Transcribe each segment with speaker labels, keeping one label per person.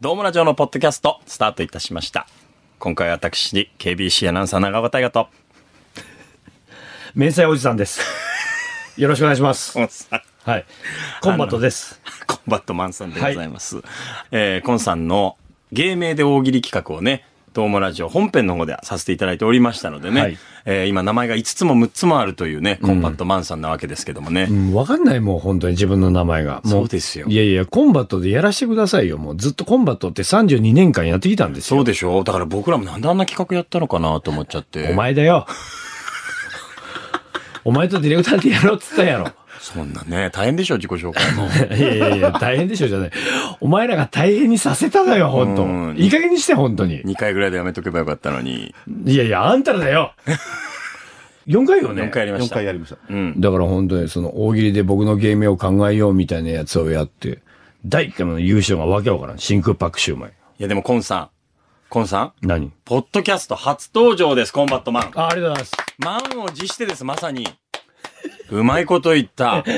Speaker 1: ドームラジオのポッドキャスト、スタートいたしました。今回私、KBC アナウンサー長尾大河と、
Speaker 2: 明細おじさんです。よろしくお願いします。
Speaker 1: コンさん、
Speaker 2: はい。コンバットです。
Speaker 1: コンバットマンさんでございます。えーコンさんの芸名で大喜利企画をね、ドームラジオ本編の方でさせていただいておりましたのでね、
Speaker 2: はい
Speaker 1: えー今名前が5つも6つもあるというね、コンバットマンさんなわけですけどもね、
Speaker 2: うん、わかんないもう本当に自分の名前が。も
Speaker 1: そうですよ
Speaker 2: いやいや、コンバットでやらしてくださいよ。もうずっとコンバットって32年間やってきたんですよ。
Speaker 1: そうでしょだから僕らもなんであんな企画やったのかなと思っちゃって。
Speaker 2: お前だよ。お前とディレクターでやろうっつったやろ。
Speaker 1: そんなね、大変でしょ自己紹介も。
Speaker 2: いやいやいや、大変でしょじゃない。お前らが大変にさせたのよ、
Speaker 1: う
Speaker 2: 本
Speaker 1: ん
Speaker 2: 当いい加減にして、本当に。
Speaker 1: 2回ぐらいでやめとけばよかったのに。
Speaker 2: いやいや、あんたらだよ。4回よね。
Speaker 1: 4回やりました。
Speaker 3: 4回やりました。
Speaker 1: うん。
Speaker 2: だから本当にその大喜利で僕の芸名を考えようみたいなやつをやって、第1回の優勝がわけわからん。真空パックシューマイ。
Speaker 1: いやでもコンさん。コンさん
Speaker 2: 何
Speaker 1: ポッドキャスト初登場です、コンバットマン。
Speaker 2: あありがとうございます。
Speaker 1: 満を持してです、まさに。うまいこと言った。
Speaker 2: い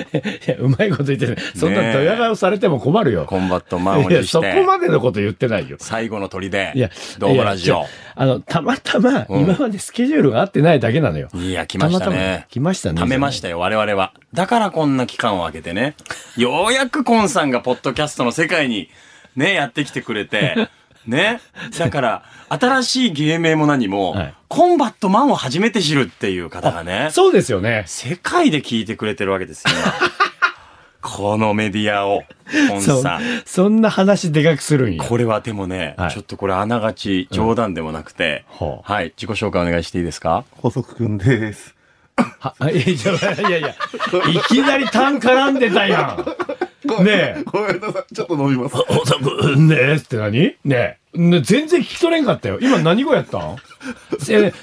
Speaker 2: や、うまいこと言ってない。そんなドヤ顔されても困るよ。
Speaker 1: コンバットマンを
Speaker 2: いや、
Speaker 1: 辞し
Speaker 2: そこ
Speaker 1: て。
Speaker 2: までのこと言ってないよ。
Speaker 1: 最後の砦。
Speaker 2: いや、
Speaker 1: ドームラジ
Speaker 2: い
Speaker 1: オ
Speaker 2: や。。あの、たまたま、
Speaker 1: うん
Speaker 2: 今までスケジュールが合ってないだけなのよ。
Speaker 1: いや、来ましたね。
Speaker 2: 来ましたね。
Speaker 1: ためましたよ、我々は。だからこんな期間を空けてね。ようやくコンさんがポッドキャストの世界に、ね、やってきてくれ て。ね。だから、新しい芸名も何も、
Speaker 2: はい
Speaker 1: コンバットマンを初めて知るっていう方がね、
Speaker 2: そうですよね。
Speaker 1: 世界で聞いてくれてるわけですよ。 このメディアを、コン
Speaker 2: そう
Speaker 1: さん。。
Speaker 2: そんな話でかくするんや。
Speaker 1: これはでもね、
Speaker 2: はい
Speaker 1: ちょっとこれあながち冗談でもなくて、
Speaker 2: うんはあ
Speaker 1: はい、自己紹介お願いしていいですか
Speaker 3: 補足くんです。
Speaker 2: はいや、じゃあいやいや、いきなり単絡んでたやん。ねえ。
Speaker 3: ごめんなさい。ちょっと飲みます。
Speaker 2: おさぶねえって何ねえ。ね全然聞き取れんかったよ。今何語やったんせせ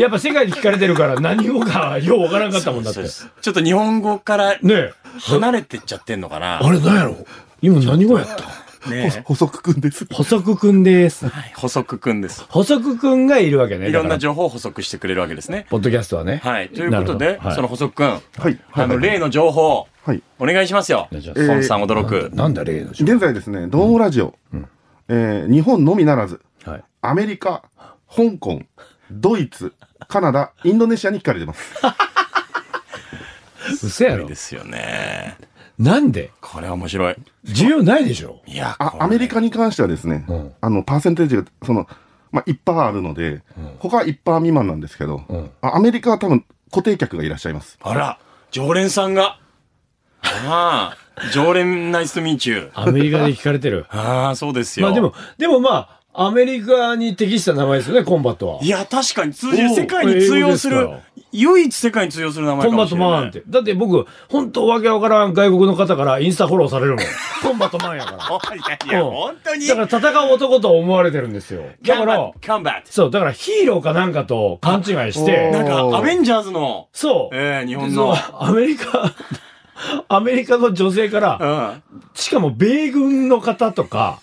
Speaker 2: やっぱ世界に聞かれてるから何語かようわからんかったもんだって。ね
Speaker 1: そうですちょっと日本語から
Speaker 2: え。
Speaker 1: 離れてっちゃってんのかな
Speaker 2: あれ何やろ今何語やった
Speaker 1: ねえ
Speaker 3: 補足くんです。
Speaker 2: 補足くんです。
Speaker 1: 補足くんです。
Speaker 2: 補足くんがいるわけね。
Speaker 1: いろんな
Speaker 2: だから
Speaker 1: 情報を補足してくれるわけですね。
Speaker 2: ポッドキャストはね。
Speaker 1: はい。ということで、その補
Speaker 2: 補
Speaker 1: 足くん、
Speaker 3: はい。
Speaker 1: あの、例の情報、
Speaker 3: はい。
Speaker 1: お願いしますよ。
Speaker 2: お願いします
Speaker 1: 孫さん驚く。
Speaker 2: なんだ例の情
Speaker 3: 現在ですね、ドームラジオ、えー日本のみならず、
Speaker 2: 報。はい。
Speaker 3: アメリカ、香港、ドイツ、カナダ、インドネシアに聞かれてます。
Speaker 2: 嘘や
Speaker 1: いい
Speaker 2: ろ
Speaker 1: で。すよね。
Speaker 2: なんで
Speaker 1: これは面白い。
Speaker 2: 需要ないでしょ
Speaker 1: いや、
Speaker 3: あ、アメリカに関してはですね、
Speaker 2: うん
Speaker 3: あの、パーセンテージが、その、まあ、1%あるので、他は1%未満なんですけど、
Speaker 2: うん
Speaker 3: あアメリカは多分固定客がいらっしゃいます。
Speaker 1: あら、常連さんが。ああ、常連ナイスミーチュー。
Speaker 2: アメリカで聞かれて る。
Speaker 1: ああ、そうですよ。
Speaker 2: まあでも、でもまあ、アメリカに適した名前ですよね、コンバットは。
Speaker 1: いや、確かに通じる、
Speaker 2: おう
Speaker 1: 世界に通用す
Speaker 2: 英
Speaker 1: る
Speaker 2: 語です、
Speaker 1: 唯一世界に通用する名前か
Speaker 2: コンバ
Speaker 1: も
Speaker 2: ッ
Speaker 1: し
Speaker 2: ト
Speaker 1: れない。
Speaker 2: マンって。だって僕、本当わけわからん外国の方からインスタフォローされるもん。コンバッ トマンやから。
Speaker 1: おいいやいや、
Speaker 2: うん
Speaker 1: 本当に。
Speaker 2: だから戦う男と思われてるんですよ。だから、
Speaker 1: カンバット。
Speaker 2: そう、だからヒーローかなんかと勘違いし
Speaker 3: お
Speaker 2: て、
Speaker 1: なん
Speaker 3: お
Speaker 1: か、
Speaker 3: ー
Speaker 1: アベンジャーズの、
Speaker 2: そう。
Speaker 1: えー、日本
Speaker 2: そ
Speaker 1: の
Speaker 2: う、、アメリカ、 アメリカの女性から、
Speaker 1: う
Speaker 2: しかも米軍の方とか、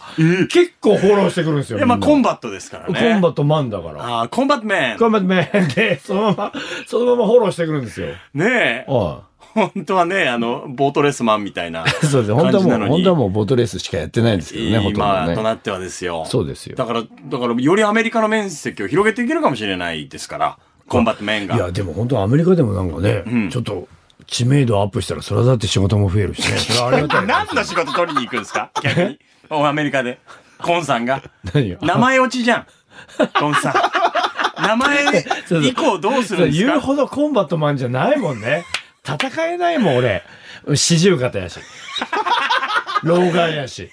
Speaker 2: 結構フォローしてくるんです
Speaker 1: ん。
Speaker 2: よ。
Speaker 1: で、まあ、
Speaker 2: みんな
Speaker 1: コンバットですからね。
Speaker 2: コンバ
Speaker 1: ット。
Speaker 2: ットマンだから。
Speaker 1: ああ、コンバットマン。
Speaker 2: コンバットマンで、 そのまま、そのままフォローしてくるんですよ。
Speaker 1: ねえ、
Speaker 2: あ。
Speaker 1: 本当はね、あの、ボートレスマンみたいな
Speaker 2: そうです。本当はも
Speaker 1: 感じなの
Speaker 2: う、
Speaker 1: に
Speaker 2: 本当はもうボートレースしかやってないんですけどね、ほとん
Speaker 1: 今
Speaker 2: ど
Speaker 1: と
Speaker 2: ね。
Speaker 1: なってはですよ。
Speaker 2: そうですよ
Speaker 1: だから、だから、よりアメリカの面積を広げていけるかもしれないですから、コンバットマン
Speaker 2: い
Speaker 1: が。
Speaker 2: や、でも本当アメリカでもなんかね、
Speaker 1: ん
Speaker 2: ちょっと知名度アップしたら、それはだって仕事も増えるし ね。それはありがたいな。
Speaker 1: 何の仕事取りに行くんですか 逆に。おアメリカで。コンさんが。
Speaker 2: 何よ
Speaker 1: 名前落ちじゃん。コンさん。名前以降どうするんです
Speaker 2: 言う
Speaker 1: か
Speaker 2: ほどコンバットマンじゃないもんね。戦えないもん、俺。四十肩 やし。老眼やし。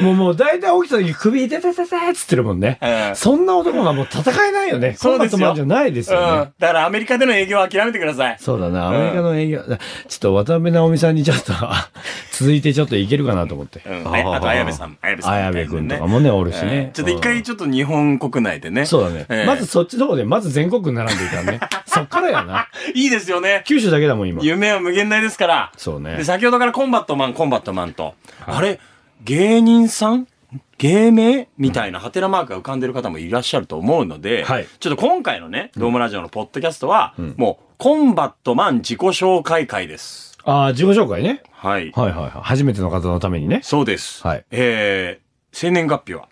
Speaker 2: もうもう大体起きた時首痛てててっつってるもんね。
Speaker 1: ええ
Speaker 2: そんな男がもう戦えないよね。コ
Speaker 1: そう
Speaker 2: ンバ
Speaker 1: で
Speaker 2: ッ
Speaker 1: すよ
Speaker 2: トマンじゃないですよね。
Speaker 1: うん。だからアメリカでの営業は諦めてください。
Speaker 2: そうだな、アメリカの営業、だちょっと渡辺直美さんにちょっと、 続いてちょっといけるかなと思って。
Speaker 1: うんああと綾部さん綾部さん
Speaker 2: 綾部君とかもね、おるし
Speaker 1: え
Speaker 2: ね
Speaker 1: ー。ちょっと一回ちょっと日本国内でね。
Speaker 2: そうだね、
Speaker 1: えー
Speaker 2: まずそっちの方で、まず全国区並んでい たね。そっからやな。
Speaker 1: いいですよね。
Speaker 2: 九州だけだもん、今。
Speaker 1: 夢は無限大ですから。
Speaker 2: そうね
Speaker 1: で、先ほどからコンバットマン、コンバットマンと。あれ、芸人さん芸名みたいなハテナマークが浮かんでる方もいらっしゃると思うので、
Speaker 2: はい
Speaker 1: ちょっと今回のね、ドームラジオのポッドキャストは、もう、コンバットマン自己紹介会です。
Speaker 2: ああ、自己紹介ね。
Speaker 1: はい。
Speaker 2: はいはいはい。初めての方のためにね。
Speaker 1: そうです。
Speaker 2: はい
Speaker 1: えー生年月日は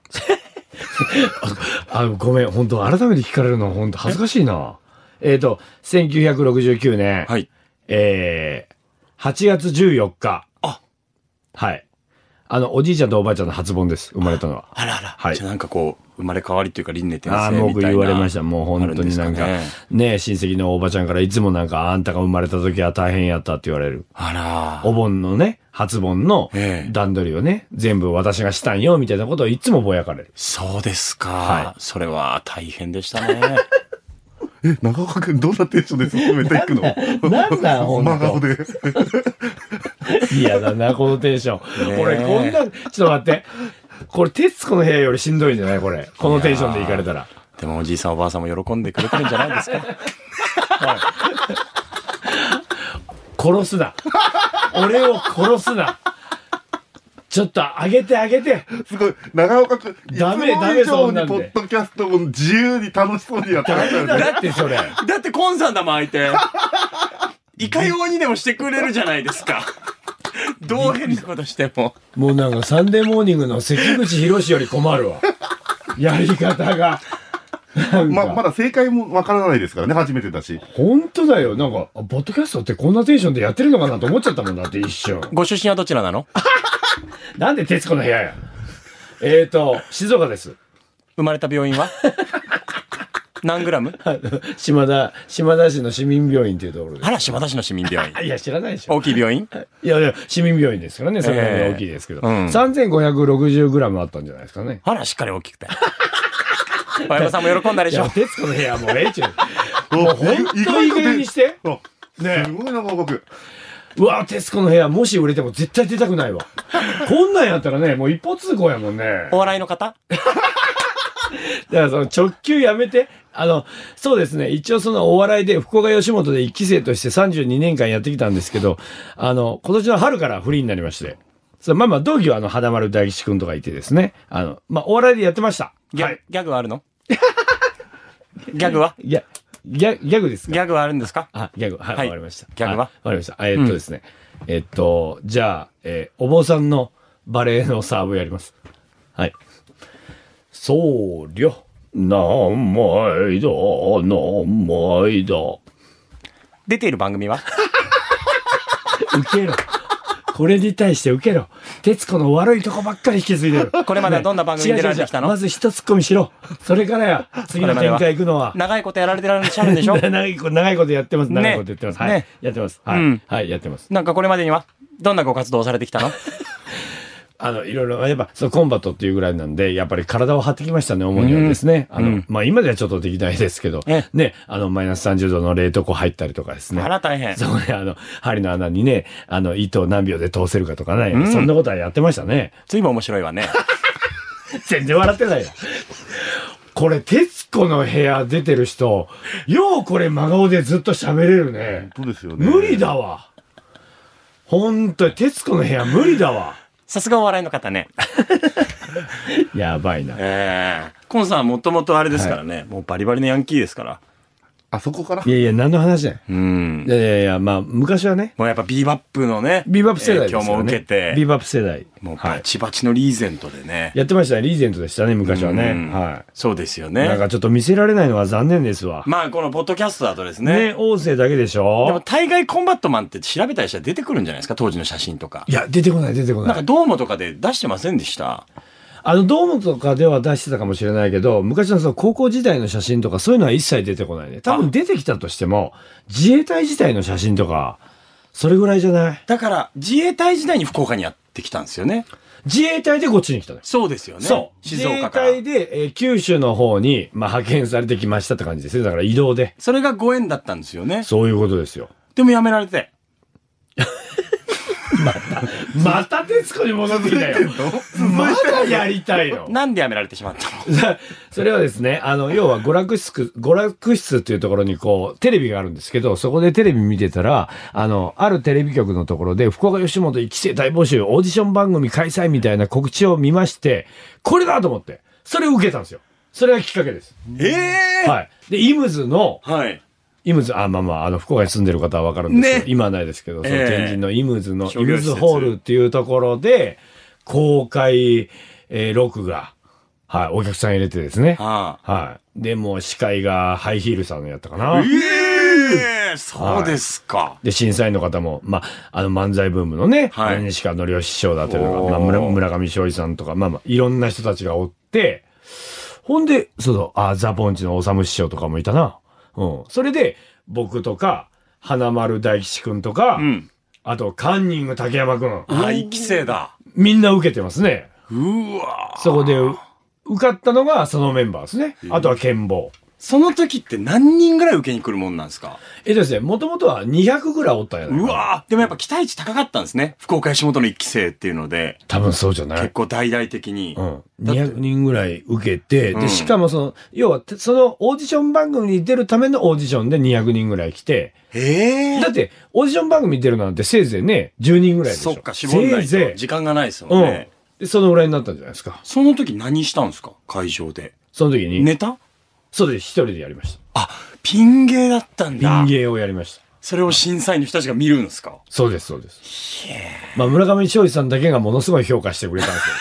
Speaker 2: あ、ごめん、本当改めて聞かれるの、本当恥ずかしいな。えっ、と、1969年、
Speaker 1: はい。
Speaker 2: えー、8月14日。
Speaker 1: あ
Speaker 2: はい。あの、おじいちゃんとおばあちゃんの初盆です、生まれたのは。
Speaker 1: あらあら。
Speaker 2: はい
Speaker 1: じゃあなんかこう、生まれ変わりというか、輪廻転
Speaker 2: ああ
Speaker 1: 生
Speaker 2: ー、
Speaker 1: みた
Speaker 2: 僕
Speaker 1: いな。
Speaker 2: 言われました。もう本当になんか、
Speaker 1: あるん
Speaker 2: ね
Speaker 1: ですか
Speaker 2: 親戚のおばちゃんからいつもなんか、あんたが生まれた時は大変やったって言われる。
Speaker 1: あら
Speaker 2: お盆のね、初盆の
Speaker 1: ええ
Speaker 2: 段取りをね、全部私がしたんよ、みたいなことをいつもぼやかれる。
Speaker 1: そうですか。
Speaker 2: は
Speaker 1: それは大変でした ね。
Speaker 3: え、長岡くんどんなテンションで進めていくの
Speaker 2: なんだほんと
Speaker 3: 真顔で。
Speaker 2: 嫌だな、このテンション。
Speaker 1: ねえ
Speaker 2: 俺、こんな、ちょっと待って。これ、徹子の部屋よりしんどいんじゃないこれ。このテンションで行かれたら。
Speaker 1: でもおじいさんおばあさんも喜んでくれてるんじゃないですか。
Speaker 2: 殺すな。俺を殺すな。ちょっと、上げて上げて。
Speaker 3: すごい、長岡くん、いつ
Speaker 2: ダ
Speaker 3: も
Speaker 2: メダメ
Speaker 3: 以
Speaker 2: そ
Speaker 3: 上
Speaker 2: んなん
Speaker 3: に
Speaker 2: で
Speaker 3: ポッドキャストを自由に楽しそうにやってらっしゃるね。
Speaker 2: だって、それ。
Speaker 1: だってコンさんだもん相手。いかようにでもしてくれるじゃないですか。どういうことしても。
Speaker 2: もうなんか、サンデーモーニングの関口博士より困るわ。やり方が。なんか
Speaker 3: ま、まだ正解もわからないですからね、初めてだし。
Speaker 2: 本当だよ。なんか、あポッドキャストってこんなテンションでやってるのかなと思っちゃったもんだって一瞬。
Speaker 1: ご出身はどちらなの
Speaker 2: なんで徹子の部屋や。えーと、静岡です。
Speaker 1: 生まれた病院は何グラム
Speaker 2: あの島田、島田市の市民病院というところで
Speaker 1: あら、島田市の市民病院。
Speaker 2: す。いや、知らないでしょ。
Speaker 1: 大きい病院
Speaker 2: いやいや、市民病院ですからね、それなりに大きいですけど。
Speaker 1: ええうん
Speaker 2: 3560グラムあったんじゃないですかね。
Speaker 1: あら、しっかり大きくて。親御さんも喜んだで
Speaker 2: い
Speaker 1: しょ
Speaker 2: や、。徹子の部屋はもうええちゅ う。
Speaker 3: もう
Speaker 2: 本当いい加減にして。
Speaker 3: ねすごい長岡くん。
Speaker 2: うわ、徹子の部屋、もし売れても絶対出たくないわ。 こんなんやったらね、もう一歩通行やもんね。
Speaker 1: お笑いの方
Speaker 2: だからその直球やめて。あの、そうですね。一応そのお笑いで、福岡吉本で一期生として32年間やってきたんですけど、あの、今年の春からフリーになりまして。そうまあまあ、同期はあの、花丸大吉くんとかいてですね。あの、まあ、お笑いでやってました。
Speaker 1: ギャ,、
Speaker 2: はい。
Speaker 1: ギャグはあるのギャグは
Speaker 2: ギャ、ギャ、ギャグです
Speaker 1: ギ
Speaker 2: か
Speaker 1: ャグはあるんですか
Speaker 2: あ、ギャグ。はい、わ、
Speaker 1: はい
Speaker 2: かりました。
Speaker 1: ギャグは
Speaker 2: あわかりました。あえっとですね。えっと、じゃあ、えーお坊さんのバレエのサーブやります。はい。僧侶。何枚だ、何枚だ。
Speaker 1: 出ている番組は
Speaker 2: 受けろ。これに対して受けろ。徹子の悪いとこばっかり引き継いでる。
Speaker 1: これまではどんな番組に出られてきたの
Speaker 2: 違う違う違うまず一ツッコミしろ。それからや、次の展開行くのは。
Speaker 1: 長いことやられてらっしゃるんで しょ
Speaker 2: 長いこと長いことやってます。長いことやってます。
Speaker 1: ね
Speaker 2: はい
Speaker 1: ね。
Speaker 2: やってます。は
Speaker 1: う
Speaker 2: い
Speaker 1: ん。
Speaker 2: はい、やってます。
Speaker 1: なんかこれまでにはどんなご活動をされてきたの
Speaker 2: あの、いろいろ、やっぱ、そのコンバットっていうぐらいなんで、やっぱり体を張ってきましたね、主にはですね。あの、まあ、今ではちょっとできないですけど、
Speaker 1: え
Speaker 2: ね、あの、マイナス30度の冷凍庫入ったりとかですね。
Speaker 1: あら大変
Speaker 2: そうね、あの、針の穴にね、あの、糸を何秒で通せるかとかね、そんなことはやってましたね。
Speaker 1: 随分面白いわね。
Speaker 2: 全然笑ってないよ。これ、徹子の部屋出てる人、ようこれ真顔でずっと喋れるね。
Speaker 3: そうですよね。
Speaker 2: 無理。だわ。ほんと、徹子の部屋無理だわ。
Speaker 1: さすがお笑いの方ね。
Speaker 2: やばいな。
Speaker 1: ええコンさんもともとあれですからね、もうバリバリのヤンキーですから。
Speaker 3: あそこから
Speaker 2: いやいや、何の話だよ。
Speaker 1: うん
Speaker 2: い。やいやいや、まあ、昔はね、
Speaker 1: もうやっぱビーバップのね、
Speaker 2: ビーバップ世代ですよ、ね。
Speaker 1: 影響も受けて、
Speaker 2: ビーバップ世代。
Speaker 1: もう
Speaker 2: は
Speaker 1: バ
Speaker 2: い。
Speaker 1: チバチのリーゼントでね。
Speaker 2: やってましたね、リーゼントでしたね、昔は
Speaker 1: うん
Speaker 2: ね。は
Speaker 1: そうですよ
Speaker 2: い。なん
Speaker 1: ね。
Speaker 2: かちょっと見せられないのは残念ですわ。
Speaker 1: まあこのポッドキャストだとですね。
Speaker 2: ね、音声だけでし
Speaker 1: でも
Speaker 2: ょ
Speaker 1: 大概コンバットマンって調べたりしたら出てくるんじゃないですか当時の写真とか
Speaker 2: い。や、出てこない、出てこ
Speaker 1: なん
Speaker 2: な
Speaker 1: か
Speaker 2: い。
Speaker 1: ドームとかで出してませんでした。
Speaker 2: あの、ドームとかでは出してたかもしれないけど、昔のその高校時代の写真とかそういうのは一切出てこないね。多分出てきたとしても、自衛隊時代の写真とか、それぐらいじゃない
Speaker 1: だから自衛隊時代に福岡にやってきたんですよね。
Speaker 2: 自衛隊でこっちに来たね。
Speaker 1: そうですよね。
Speaker 2: そう。
Speaker 1: 静岡から
Speaker 2: 自衛。隊で、えー九州の方に、まあ、派遣されてきましたって感じですね。だから移動で。
Speaker 1: それがご縁だったんですよね。
Speaker 2: そういうことですよ。
Speaker 1: でもやめられて。
Speaker 2: また徹子に戻ってきたよ。 まだやりたいの。
Speaker 1: なんでやめられてしまったの
Speaker 2: それはですね、あの、要は娯楽室、娯楽室っていうところにこう、テレビがあるんですけど、そこでテレビ見てたら、あの、あるテレビ局のところで、福岡吉本一期生大募集、オーディション番組開催みたいな告知を見まして、これだと思って、それを受けたんですよ。それがきっかけです。
Speaker 1: ええ
Speaker 2: はい。で、イムズの、
Speaker 1: はい。
Speaker 2: イムズ、あ、まあまあ、あの、福岡に住んでる方はわかるんですけど、
Speaker 1: ね
Speaker 2: 今はないですけど、その
Speaker 1: ええ
Speaker 2: 天神のイムズの、
Speaker 1: 商
Speaker 2: イ
Speaker 1: 業
Speaker 2: ム
Speaker 1: 施設
Speaker 2: ズホールっていうところで、公開、えーロクが、はい、お客さん入れてですね。
Speaker 1: は
Speaker 2: はい。で、もう司会がハイヒールさんのやったか
Speaker 1: あ、え
Speaker 2: な。
Speaker 1: えそうですか。
Speaker 2: で、審査員の方も、まあ、あの漫才ブームのね、
Speaker 1: はい
Speaker 2: 西川のりお師匠だったりと
Speaker 1: おー
Speaker 2: か、まあ、村村上昌司さんとか、まあまあ、いろんな人たちがおって、ほんで、その、あ、ザ・ポンチのおさむ師匠とかもいたな。うん。それで、僕とか、花丸大吉くんとか、
Speaker 1: うん。
Speaker 2: あと、カンニング竹山くん、
Speaker 1: あ、一期生だ。
Speaker 2: みんな受けてますね。
Speaker 1: うわ
Speaker 2: そこで、受かったのがそのメンバーですね。あとは剣棒。
Speaker 1: その時って何人ぐらい受けに来るもんなんですか
Speaker 2: えっとですね、もともとは200ぐらいおったんやな
Speaker 1: うわでもやっぱ期待値高かったんですね。福岡吉本の一期生っていうので、
Speaker 2: 多分そうじゃない
Speaker 1: 結構大々的に。
Speaker 2: うん、
Speaker 1: だって
Speaker 2: 200人ぐらい受けて、
Speaker 1: うん
Speaker 2: で、しかもその、要は、てそのオーディション番組に出るためのオーディションで200人ぐらい来て、
Speaker 1: ええ
Speaker 2: だって、オーディション番組に出るなんてせいぜいね、10人ぐらいでしょ。
Speaker 1: そっか、絞んない
Speaker 2: せ
Speaker 1: と
Speaker 2: い
Speaker 1: 時
Speaker 2: ぜ
Speaker 1: 間がないです
Speaker 2: い。う
Speaker 1: もん
Speaker 2: ん
Speaker 1: ね。。
Speaker 2: で、そのぐらいになったんじゃないですか。
Speaker 1: その時何したんですか会場で。
Speaker 2: その時に、
Speaker 1: ネタ
Speaker 2: そうです、一人でやりました。
Speaker 1: あ、ピン芸だったん
Speaker 2: ピ
Speaker 1: だ
Speaker 2: ン。芸をやりました。
Speaker 1: それを審査員の人たちが見るんですか
Speaker 2: そうです、そうです。まあ、村上昌司さんだけがものすごい評価してくれたんですよ。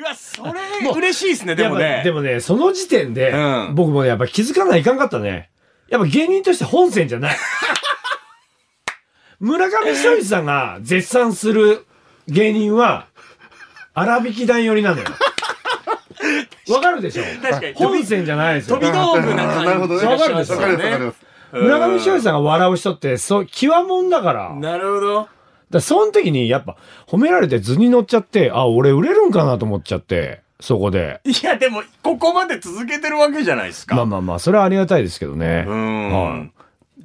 Speaker 1: うわ、それ嬉しいですね、でも
Speaker 2: やっ
Speaker 1: ね
Speaker 2: ぱ。でもね、その時点で、
Speaker 1: うん
Speaker 2: 僕もね、やっぱ気づかないかんかったね。やっぱ芸人として本線じゃない。 村上昌司さんが絶賛する芸人は、粗挽き団寄りなのよ。わかるでしょ
Speaker 1: 確かに
Speaker 2: 本線じゃないですよ
Speaker 1: 飛。び道具な
Speaker 3: あなるほ
Speaker 1: 感じが
Speaker 3: どね。
Speaker 1: し
Speaker 2: わ
Speaker 1: ま
Speaker 2: か
Speaker 1: す
Speaker 2: る
Speaker 1: よ
Speaker 2: で
Speaker 1: ね。
Speaker 2: しょ
Speaker 3: わかります、わかります。
Speaker 2: 村上昌司さんが笑う人って、そう、極もんだから。だか
Speaker 1: なるほど。
Speaker 2: らその時にやっぱ褒められて図に乗っちゃって、あ、俺売れるんかなと思っちゃって、そこで。
Speaker 1: いや、でも、ここまで続けてるわけじゃないですか。
Speaker 2: まあまあまあ、それはありがたいですけどね。
Speaker 1: うん
Speaker 2: はい。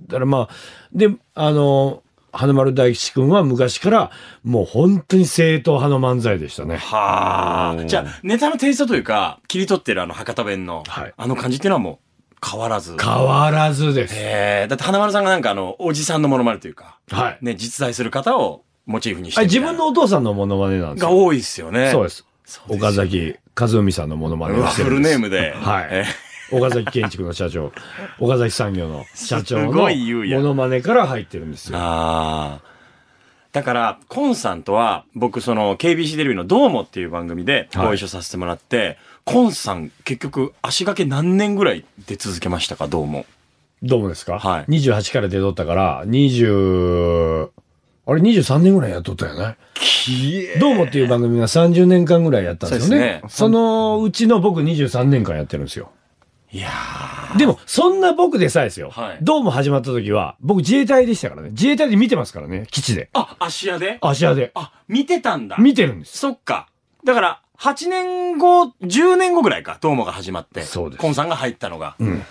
Speaker 2: だからまあ、で、あの、花丸大吉くんは昔から、もう本当に正統派の漫才でしたね。
Speaker 1: はあ。じゃあ、ネタのテイストというか、切り取ってるあの博多弁の、
Speaker 2: はい
Speaker 1: あの感じっていうのはもう変わらず。
Speaker 2: 変わらずです。
Speaker 1: えー、だって花丸さんがなんかあの、おじさんのモノマネというか、
Speaker 2: はい。
Speaker 1: ね、実在する方をモチーフにして
Speaker 2: あ
Speaker 1: みた
Speaker 2: 自
Speaker 1: いな。
Speaker 2: 分のお父さんのモノマネなんです
Speaker 1: が
Speaker 2: よ。
Speaker 1: 多いですよね。
Speaker 2: そうです。
Speaker 1: そうですよ
Speaker 2: 岡崎和海さんのモノマネ
Speaker 1: う
Speaker 2: を
Speaker 1: わ、
Speaker 2: して
Speaker 1: フ
Speaker 2: る
Speaker 1: ル
Speaker 2: んです。
Speaker 1: ネームで。
Speaker 2: はい
Speaker 1: え
Speaker 2: 岡崎建築の社長、 岡崎産業の社長の
Speaker 1: すごい言うやん
Speaker 2: モノマネから入ってるんですよ。
Speaker 1: ああ。だから、コンさんとは、僕、その、KBC テレビのどうもっていう番組で
Speaker 2: はい
Speaker 1: ご一緒させてもらって、コンさん、結局、足掛け何年ぐらいで続けましたか、どうも。
Speaker 2: どうもですか
Speaker 1: はい
Speaker 2: 28から出とったから、20、あれ23年ぐらいやっとったよね。
Speaker 1: きえ
Speaker 2: どうもっていう番組が30年間ぐらいやったんですよ
Speaker 1: そうで
Speaker 2: ね。
Speaker 1: す
Speaker 2: そ
Speaker 1: ね
Speaker 2: のうちの僕23年間やってるんですよ。
Speaker 1: いや
Speaker 2: でも、そんな僕でさえですよ。
Speaker 1: はい
Speaker 2: どうも始まった時は、僕自衛隊でしたからね。自衛隊で見てますからね、基地で。
Speaker 1: あ、芦屋で
Speaker 2: 芦屋で。
Speaker 1: あ、見てたんだ。
Speaker 2: 見てるんです。
Speaker 1: そっか。だから、8年後、10年後ぐらいか、どうもが始まって。
Speaker 2: そうです
Speaker 1: コンさんが入ったのが。
Speaker 2: うん。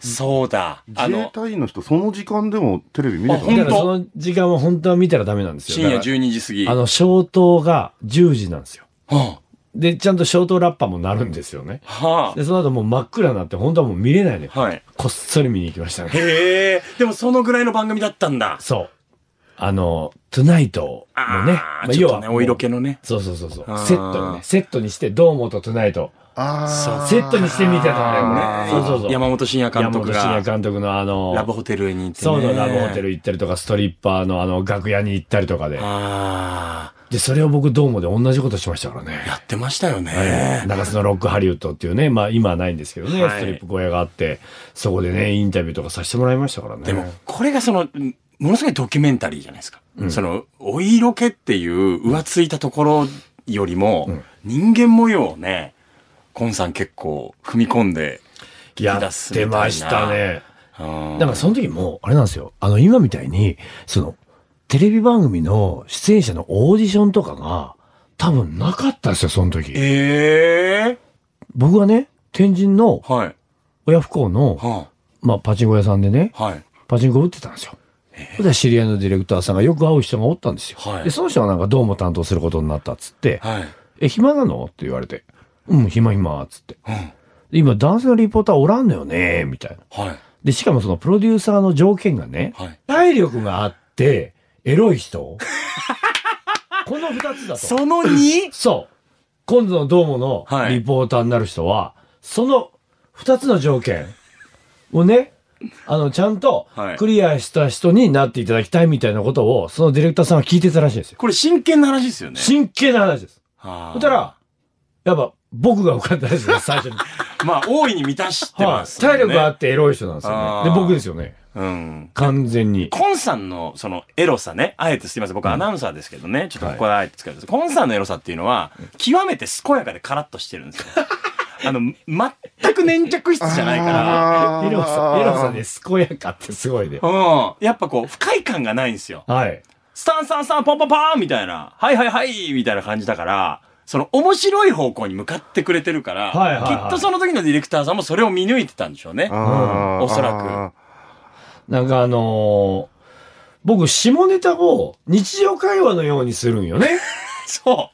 Speaker 1: そうだ。あ
Speaker 3: 自衛
Speaker 1: の、
Speaker 3: 隊員の人、その時間でもテレビ見てた
Speaker 1: あほん
Speaker 2: だ
Speaker 1: と
Speaker 2: からその時間は本当は見たらダメなんですよ。
Speaker 1: 深夜
Speaker 2: だから
Speaker 1: 12時過ぎ。
Speaker 2: あの、消灯が10時なんですよ。
Speaker 1: は
Speaker 2: で、ちゃんと消灯ラッパーも鳴るんですよね。
Speaker 1: あ、は
Speaker 2: で、その後もう真っ暗になって、本当はもう見れないね。
Speaker 1: あ、はい。
Speaker 2: こっそり見に行きましたね。
Speaker 1: へえ、でもそのぐらいの番組だったんだ。
Speaker 2: そう。あの、トゥナイトのね。
Speaker 1: あーちょっとね、お色気のね。
Speaker 2: そうそうそうそう
Speaker 1: あ。ー
Speaker 2: セットにね。セットにして、ドーモとトゥナイト。
Speaker 3: あー。
Speaker 2: セットにしてみてたの
Speaker 1: あー
Speaker 2: ね、これ。そうそうそう。
Speaker 1: 山本慎也監督
Speaker 2: 山本
Speaker 1: が
Speaker 2: 慎也監督のあの、
Speaker 1: ラブホテルに行ってね。
Speaker 2: そうそうラブホテル行ったりとか、ストリッパーのあの、楽屋に行ったりとかで。
Speaker 1: ああ、
Speaker 2: で、それを僕、ドーモで同じことしましたからね。
Speaker 1: やってましたよ
Speaker 2: え
Speaker 1: ね
Speaker 2: え。中洲のロックハリウッドっていうね、まあ今はないんですけどね、
Speaker 1: はい
Speaker 2: ストリップ小屋があって、そこでね、インタビューとかさせてもらいましたからね。
Speaker 1: でも、これがその、んものすごいドキュメンタリーじゃないですか。その、お色気っていう浮ついたところよりも、人間模様をね、コンさん結構踏み込んで、
Speaker 2: や
Speaker 1: 出
Speaker 2: っ
Speaker 1: すみた
Speaker 2: て
Speaker 1: いな
Speaker 2: ましたね。
Speaker 1: うん
Speaker 2: だからその時も、あれなんですよ。あの、今みたいに、その、テレビ番組の出演者のオーディションとかが、多分なかったんですよ、その時。
Speaker 1: ええ
Speaker 2: 僕はね、天神の
Speaker 1: はい。
Speaker 2: 親不孝の、
Speaker 1: は
Speaker 2: まあ、パチンコ屋さんでね、
Speaker 1: あ、はい。
Speaker 2: パチンコ打ってたんですよ。それで知り合いのディレクターさんがよく会う人がおったんですよ。
Speaker 1: はい
Speaker 2: で、その人がなんかどうも担当することになったっつって、
Speaker 1: はい。
Speaker 2: え、暇なのって言われて、うん、暇暇、っつって。
Speaker 1: うん。
Speaker 2: で今、男性のリポーターおらんのよね、みたいな。
Speaker 1: はい。
Speaker 2: で、しかもそのプロデューサーの条件がね、
Speaker 1: はい。
Speaker 2: 体力があって、エロ い人この二つだと。そう。
Speaker 1: その 2?
Speaker 2: 今度のドームの
Speaker 1: はい
Speaker 2: リポーターになる人は、その二つの条件をね、 あの、ちゃんと
Speaker 1: はい
Speaker 2: クリアした人になっていただきたいみたいなことを、そのディレクターさんは聞いてたらしいんですよ。
Speaker 1: これ真剣な話ですよね。
Speaker 2: 真剣な話です。
Speaker 1: あー
Speaker 2: そしたら、やっぱ僕が浮かんだんですよ、最 初に。
Speaker 1: まあ、大いに満たして
Speaker 2: は
Speaker 1: ま
Speaker 2: い
Speaker 1: す、ね
Speaker 2: 体力があってエロい人なんですよね。
Speaker 1: あ
Speaker 2: で、
Speaker 1: ー
Speaker 2: 僕ですよね。
Speaker 1: うん。
Speaker 2: 完全に。
Speaker 1: コンさんのそのエロさね、あえてすいません、僕アナウンサーですけどね、ちょっとここであえて使うんです、コンさんのエロさっていうのは、極めて健やかでカラッとしてるんですよ。 あの、全く粘着質じゃないから、
Speaker 2: エロさ、エロさですす健やかってすごいね。
Speaker 1: うん。やっぱこう、不快感がないんですよ。
Speaker 2: はい。
Speaker 1: スタンスタンスタンポンポンパーンみたいな、はいはいはいみたいな感じだから、その面白い方向に向かってくれてるから、
Speaker 2: はいはいは
Speaker 1: き
Speaker 2: い
Speaker 1: っとその時のディレクターさんもそれを見抜いてたんでしょうね。
Speaker 3: あー
Speaker 1: おそらく
Speaker 3: あ
Speaker 2: なんかあのー僕、下ネタを日常会話のようにするんよね。
Speaker 1: そ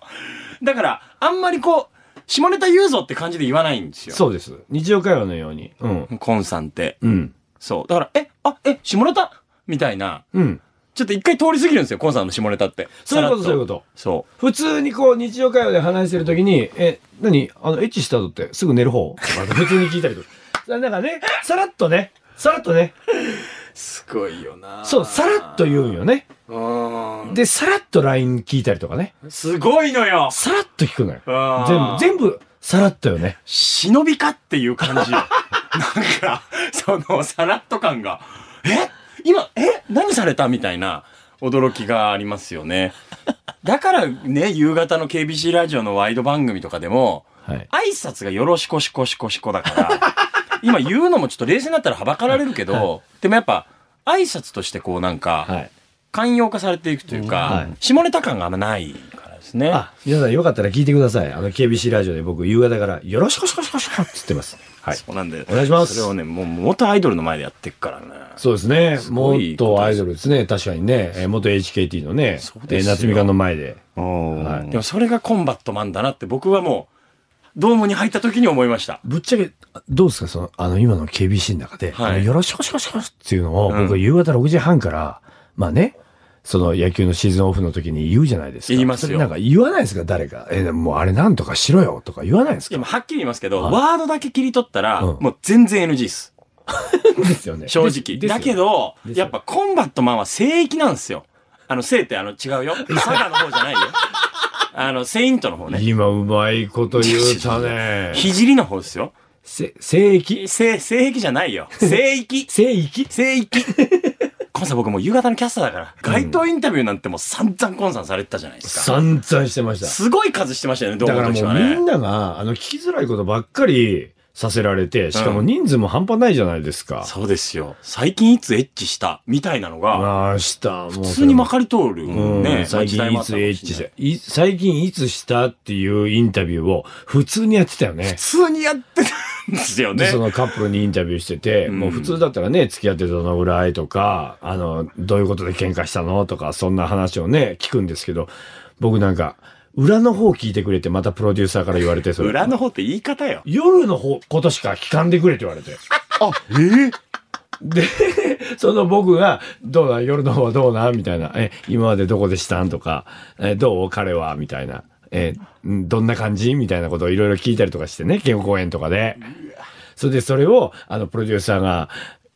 Speaker 1: う。だから、あんまりこう、下ネタ言うぞって感じで言わないんですよ。
Speaker 2: そうです。日常会話のように。うん。
Speaker 1: コンさんって。
Speaker 2: うん。
Speaker 1: そう。だから、え、あ、え、下ネタみたいな。
Speaker 2: うん。
Speaker 1: ちょっと一回通り過ぎるんですよ、コンさんの下ネタって。
Speaker 2: そういうこと、
Speaker 1: さ
Speaker 2: そ
Speaker 1: ら
Speaker 2: ういう
Speaker 1: っ
Speaker 2: こと。
Speaker 1: そ
Speaker 2: 普通にこう、日常会話で話してるときに、え、何あの、エッチした後ってすぐ寝る方とか 普通に聞いたりとか。それなんかね、さらっとね、さらっとね、
Speaker 1: う。すごいよな
Speaker 2: そう、さらっと言うんよね。
Speaker 1: うーん。
Speaker 2: で、さらっと LINE 聞いたりとかね。
Speaker 1: すごいのよ
Speaker 2: さらっと聞くのよ。
Speaker 1: あー
Speaker 2: 全部、全部、さらっとよね。
Speaker 1: 忍びかっていう感 じよなんか、その、さらっと感が、え今、え何されたみたいな驚きがありますよね。だからね、夕方の KBC ラジオのワイド番組とかでも、
Speaker 2: はい。
Speaker 1: 挨拶がよろしこしこしこしこだ から、今言うのもちょっと冷静になったらはばかられるけど、でもやっぱ、挨拶としてこうなん
Speaker 2: は
Speaker 1: か、
Speaker 2: い。
Speaker 1: 寛容化されていくという
Speaker 2: は
Speaker 1: か
Speaker 2: い、
Speaker 1: 下ネタ感があんまないからですね。
Speaker 2: あ、皆さんよかったら聞いてください。あの、KBC ラジオで僕、夕方から、よろしくしこしこしこって言ってます。はい。
Speaker 1: そうなんで。
Speaker 2: お願いします
Speaker 1: それをね、もう元アイドルの前でやってっからね。
Speaker 2: そうですね。
Speaker 1: ごい
Speaker 2: 元アイドルですね。確かにね。えー元 HKT のね、
Speaker 1: そう
Speaker 2: え
Speaker 1: で
Speaker 2: ー
Speaker 1: すよ
Speaker 2: 夏みかんの前で。
Speaker 3: ー
Speaker 2: はい
Speaker 1: でもそれがコンバットマンだなって僕はもう、ドームに入った時に思いました。
Speaker 2: ぶっちゃけ、どうですかその、あの、今の KBC の中で、
Speaker 1: はい
Speaker 2: あのよろしくしこしこっていうのを、
Speaker 1: うん
Speaker 2: 僕は夕方6時半から、まあね、その野球のシーズンオフの時に言うじゃないですか。
Speaker 1: 言いますよ
Speaker 2: それなんか言わないですか誰か。えーでももうあれなんとかしろよとか言わないですか
Speaker 1: 今はっきり言いますけど、
Speaker 2: はい
Speaker 1: ワードだけ切り取ったら、
Speaker 2: うん
Speaker 1: もう全然 NG です。
Speaker 2: ですよ ね
Speaker 1: 正直。
Speaker 2: ですよ
Speaker 1: だけど、
Speaker 2: ですよ
Speaker 1: やっぱコンバットマンは聖域なんですよ。あの、聖ってあの違う よ。サガの方じゃないよ。あの、セイントの方ね。
Speaker 2: 今うまいこと言うたね。
Speaker 1: ひじりの方ですよ。
Speaker 2: せ、聖域
Speaker 1: 聖、聖域じゃないよ。聖域。
Speaker 2: 聖域
Speaker 1: 聖 域。コンさん僕もう夕方のキャスターだから、街頭インタビューなんてもう散々コンさんされてたじゃないですか。
Speaker 2: 散々してました。
Speaker 1: すごい数してましたよね、動
Speaker 2: だか
Speaker 1: 画
Speaker 2: ら
Speaker 1: の
Speaker 2: も
Speaker 1: 時は
Speaker 2: うみん
Speaker 1: ね。
Speaker 2: なが、あの、聞きづらいことばっかりさせられて、しかも人数も半端ないじゃないですか。
Speaker 1: そうですよ。最近いつエッチしたみたいなのが、
Speaker 2: ああ、した。もう
Speaker 1: 普通にまかり通る
Speaker 2: うん
Speaker 1: ね。
Speaker 2: 最近
Speaker 1: 時
Speaker 2: いつエッチ
Speaker 1: 代もあったかもし
Speaker 2: し
Speaker 1: れない
Speaker 2: たい最近いつしたっていうインタビューを普通にやってたよね。
Speaker 1: 普通にやってたんですよ
Speaker 2: で、
Speaker 1: ね
Speaker 2: そ。のカップルにインタビューしてて、
Speaker 1: うん
Speaker 2: もう普通だったらね、付き合ってどのぐらいとか、あの、どういうことで喧嘩したのとか、そんな話をね、聞くんですけど、僕なんか、裏の方聞いてくれって、またプロデューサーから言われて、それ。
Speaker 1: 裏の方って言い方よ。
Speaker 2: 夜の方、ことしか聞かんでくれって言われて。
Speaker 3: あ、えー
Speaker 2: で、 その僕が、どうなん夜の方はどうなんみたいな。え、今までどこでしたんとか、え、どう彼はみたいな。え、んどんな感じみたいなことをいろいろ聞いたりとかしてね、稽古公演とかで。それでそれを、あの、プロデューサーが、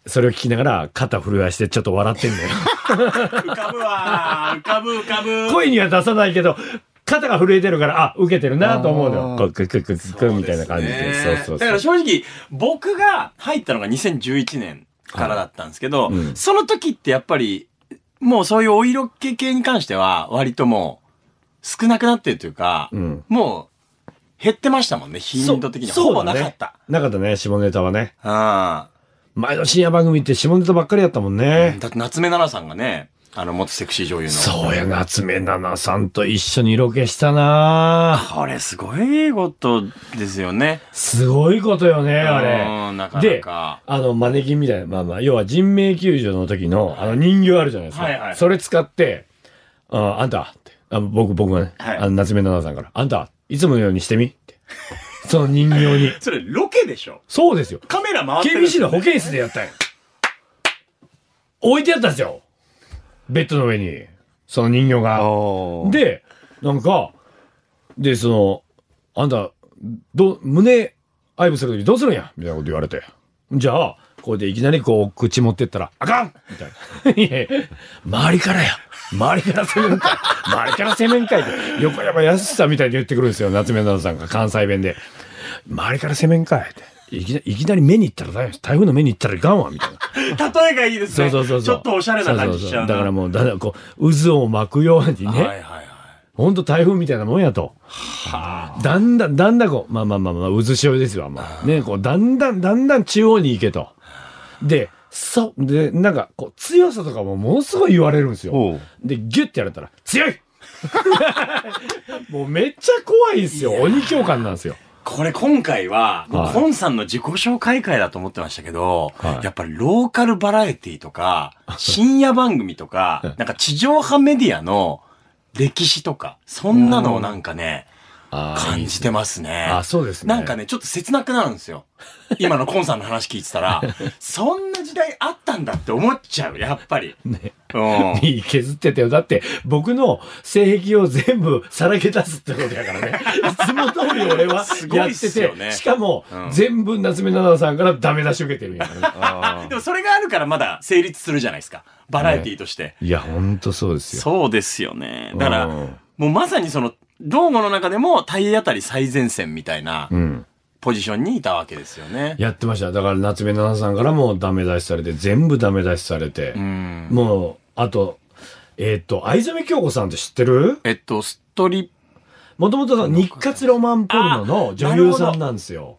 Speaker 2: それを聞きながら肩震わしてちょっと笑ってんのよ。
Speaker 1: 浮かぶわー。浮かぶ浮かぶ。
Speaker 2: 声には出さないけど、肩が震えてるから、あ、受けてるなと思うのよ。
Speaker 3: あー
Speaker 2: こうクックックックックみたいな感じ
Speaker 1: そう
Speaker 2: で。
Speaker 1: す
Speaker 2: そ
Speaker 1: ね
Speaker 2: うそう
Speaker 1: だか
Speaker 2: そ
Speaker 1: ら
Speaker 2: う。
Speaker 1: 正直、僕が入ったのが2011年からだったんですけど、
Speaker 2: いうん
Speaker 1: その時ってやっぱり、もうそういうお色気系に関しては、割ともう、少なくなってるというか、
Speaker 2: うん
Speaker 1: もう、減ってましたもんね、頻度的には。
Speaker 2: そ
Speaker 1: ほ
Speaker 2: う
Speaker 1: ぼ
Speaker 2: だ
Speaker 1: な
Speaker 2: ね
Speaker 1: かった。
Speaker 2: なかったね、下ネタはね。
Speaker 1: あ
Speaker 2: 前の深夜番組って下ネタばっかりやったもんね。
Speaker 1: だって夏目奈々さんがね、あの、元セクシー女優の。
Speaker 2: そうや、夏目奈々さんと一緒にロケしたな
Speaker 1: これすごいことですよね。
Speaker 2: すごいことよね、あれ。
Speaker 1: うんなかな
Speaker 2: で
Speaker 1: か。
Speaker 2: あの、マネキンみたいな、まあまあ、要は人命救助の時の、あの人形あるじゃないですか。
Speaker 1: はいはい
Speaker 2: それ使って、ああんたって、あ僕、僕がね、
Speaker 1: はい
Speaker 2: あの夏目奈々さんから、あんた、いつものようにしてみって。その人形 に。
Speaker 1: それロケでしょ
Speaker 2: そうですよ。
Speaker 1: カメラ回ってる。
Speaker 2: KBC の保健室でやったんよ。置いてやったんですよ。ベッドの上に、その人形が。
Speaker 3: あで、
Speaker 2: で、なんか、で、その、あんた、ど、胸、愛撫するときどうするんやみたいなこと言われて。じゃあ、ここでいきなりこう、口持ってったら、 あかんみたいな。いやいや周りからや。周りから攻めんかい。周りから攻めんかいって。横山やすさみたいに言ってくるんですよ。夏目奈々さんが関西弁で。周りから攻めんかいって。いきないきなり目に行ったら大変、台風の目に行ったらいかんわ、みたいな。
Speaker 1: 例えがいいです
Speaker 2: そう
Speaker 1: ね。
Speaker 2: そうそうそう。
Speaker 1: ちょっとおしゃれな感じしちゃうな。
Speaker 2: だからもう、だからこう、渦を巻くように
Speaker 1: はい
Speaker 2: ね、
Speaker 1: はいはい。
Speaker 2: ほんと台風みたいなもんやと。だんだん、だんだんこう、まあまあまあまあ、渦潮ですよ、まあ。ね、こう、だんだん、だんだん中央に行けと。で、そう、で、なんか、こう、強さとかもものすごい言われるんですよ。
Speaker 3: ほう
Speaker 2: で、ギュッてやられたら、強い もうめっちゃ怖いですよ。鬼教官なんですよ。
Speaker 1: これ今回は、
Speaker 2: はい
Speaker 1: コンさんの自己紹介会だと思ってましたけど、
Speaker 2: はい
Speaker 1: やっぱりローカルバラエティと か、深夜番組とか、なんか地上波メディアの歴史とか、そんなのをなんかね、
Speaker 2: あー
Speaker 1: 感じてますね。
Speaker 2: あ、そうですね。
Speaker 1: なんかね、ちょっと切なくなるんです よ。今のコンさんの話聞いてたら、そんな時代あったんだって思っちゃう、やっぱり。
Speaker 2: ね。
Speaker 1: うん。
Speaker 2: いい削ってたよ。だって、僕の性癖を全部さらけ出すってことやからね。いつも通り俺は
Speaker 1: すご
Speaker 2: や
Speaker 1: い
Speaker 2: っ
Speaker 1: ってす
Speaker 2: て、
Speaker 1: よね
Speaker 2: しかも、
Speaker 1: うん
Speaker 2: 全部夏目奈々さんからダメ出し受けてるんやからね
Speaker 3: あ
Speaker 1: でもそれがあるからまだ成立するじゃないですか。バラエティとして。
Speaker 2: いや、ほんとそうですよ。
Speaker 1: そうですよね。だから、
Speaker 2: うん
Speaker 1: もうまさにその、道後の中でも体当たり最前線みたいな
Speaker 2: うん。
Speaker 1: ポジションにいたわけですよね。
Speaker 2: やってました。だから夏目奈々さんからもダメ出しされて、全部ダメ出しされて、
Speaker 1: うん。
Speaker 2: もう、あと、えーっと、藍染京子さんって知ってる
Speaker 1: えっと、ストリッ
Speaker 2: もともと日活ロマンポルノの女優さんなんですよ。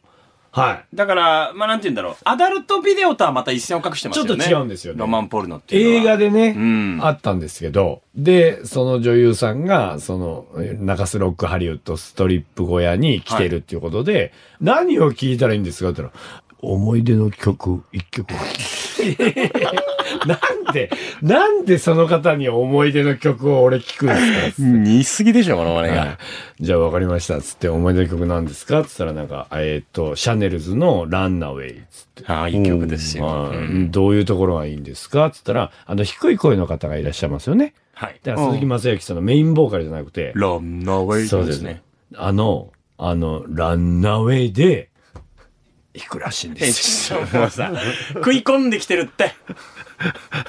Speaker 2: はい。
Speaker 1: だから、まあ、なんて言うんだろう。アダルトビデオとはまた一線を隠してますよね。
Speaker 2: ちょっと違うんですよね
Speaker 1: ロマンポルノっていう
Speaker 2: 映
Speaker 1: のは。
Speaker 2: 画でね、
Speaker 1: うん
Speaker 2: あったんですけど、で、その女優さんが、その、え中洲ロックハリウッドストリップ小屋に来てるっていうことで、何を聞いたらいいんですかって言ったら、思い出の曲、一曲を聞くなんで、なんでその方に思い出の曲を俺聞くんですか
Speaker 1: 似すぎでしょ、この俺
Speaker 2: はい。じゃあ分かりました。つって、思い出の曲なんですかって言ったら、なんか、えーっと、シャネルズのランナウェイ。
Speaker 1: ああ、いい曲ですよ。
Speaker 2: はいどういうところがいいんですかって言ったら、あの、低い声の方がいらっしゃいますよね。
Speaker 1: はい。
Speaker 2: だから鈴木正幸さんのメインボーカルじゃなくて、
Speaker 1: ロンナウェイ
Speaker 2: そう
Speaker 1: で
Speaker 2: ですすね
Speaker 1: ね。。
Speaker 2: あの、あの、ランナーウェイで、いくらしいんで
Speaker 1: え、
Speaker 2: す
Speaker 1: ちょ っともうさ、食い込んできてるって。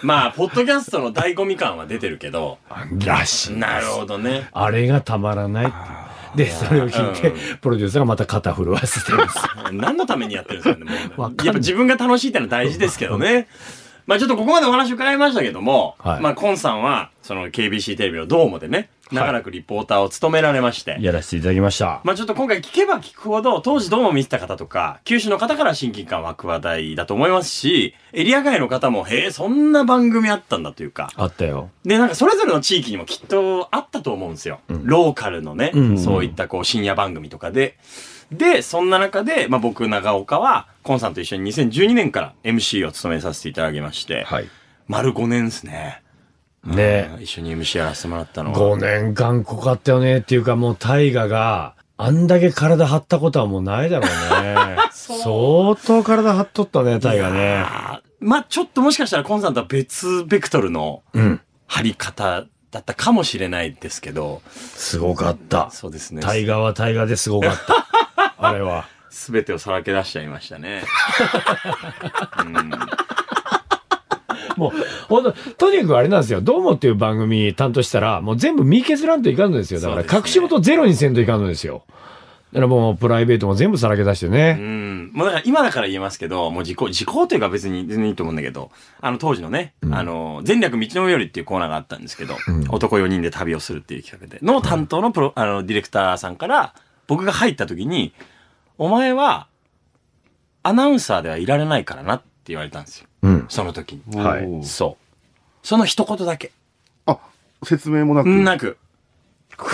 Speaker 1: まあ、ポッドキャストの醍醐味感は出てるけど。
Speaker 2: よ。らしいんです。
Speaker 1: なるほどね。
Speaker 2: あれがたまらないっていう。で、それを聞いて、プロデューサーがまた肩震わせてるんです。
Speaker 1: 何のためにやってるんですかね、も
Speaker 2: わ
Speaker 1: う
Speaker 2: か。
Speaker 1: ん
Speaker 2: ない
Speaker 1: やっぱ自分が楽しいってのは大事ですけどね。まあちょっとここまでお話伺いましたけども、
Speaker 2: はい
Speaker 1: まあコンさんは、その KBC テレビのドームでね、長らくリポーターを務められまして、
Speaker 2: やらせていただきました。
Speaker 1: まあちょっと今回聞けば聞くほど、当時ドームを見てた方とか、九州の方から親近感湧く話題だと思いますし、エリア外の方も、へえ、そんな番組あったんだというか、
Speaker 2: あったよ。
Speaker 1: で、なんかそれぞれの地域にもきっとあったと思うんですよ。ローカルのね、
Speaker 2: うんうん
Speaker 1: そういったこう深夜番組とかで。で、そんな中で、まあ僕、長岡は、コンさんと一緒に2012年から MC を務めさせていただきまして、
Speaker 2: はい。
Speaker 1: 丸5年ですね。
Speaker 2: ね
Speaker 1: うん一緒に MC やらせてもらったのは。
Speaker 2: 5年間濃かったよねっていうかもう大河があんだけ体張ったことはもうないだろう ね。相当体張っとったね、大河ね。
Speaker 1: あーまあちょっともしかしたらコンさんとは別ベクトルの
Speaker 2: うん。
Speaker 1: 張り方だったかもしれないですけど、
Speaker 2: すごかった。
Speaker 1: そうですね。
Speaker 2: 大河は大河ですごかった。 あれは。
Speaker 1: すべてをさらけ出しちゃいましたね。うん
Speaker 2: もう、ほんと、とにかくあれなんですよ。どうもっていう番組担当したら、もう全部見削らんといかんのですよ。だから
Speaker 1: そうですね
Speaker 2: 隠し事ゼロにせんといかんのですよ。だからもうプライベートも全部さらけ出して
Speaker 1: う
Speaker 2: ね。
Speaker 1: ん。もうだから今だから言えますけど、もう時効、時効というか別に全然いいと思うんだけど、あの当時のね、あの、前略道の上よりっていうコーナーがあったんですけど、男4人で旅をするっていう企画で、の担当のプロ、あの、ディレクターさんから、僕が入った時に、お前は、アナウンサーではいられないからなって言われたんですよ。
Speaker 2: うん。
Speaker 1: その時に。
Speaker 3: ー
Speaker 2: はい
Speaker 3: おー
Speaker 1: そう。その一言だけ。
Speaker 3: あ、説明もなく
Speaker 1: なく。こ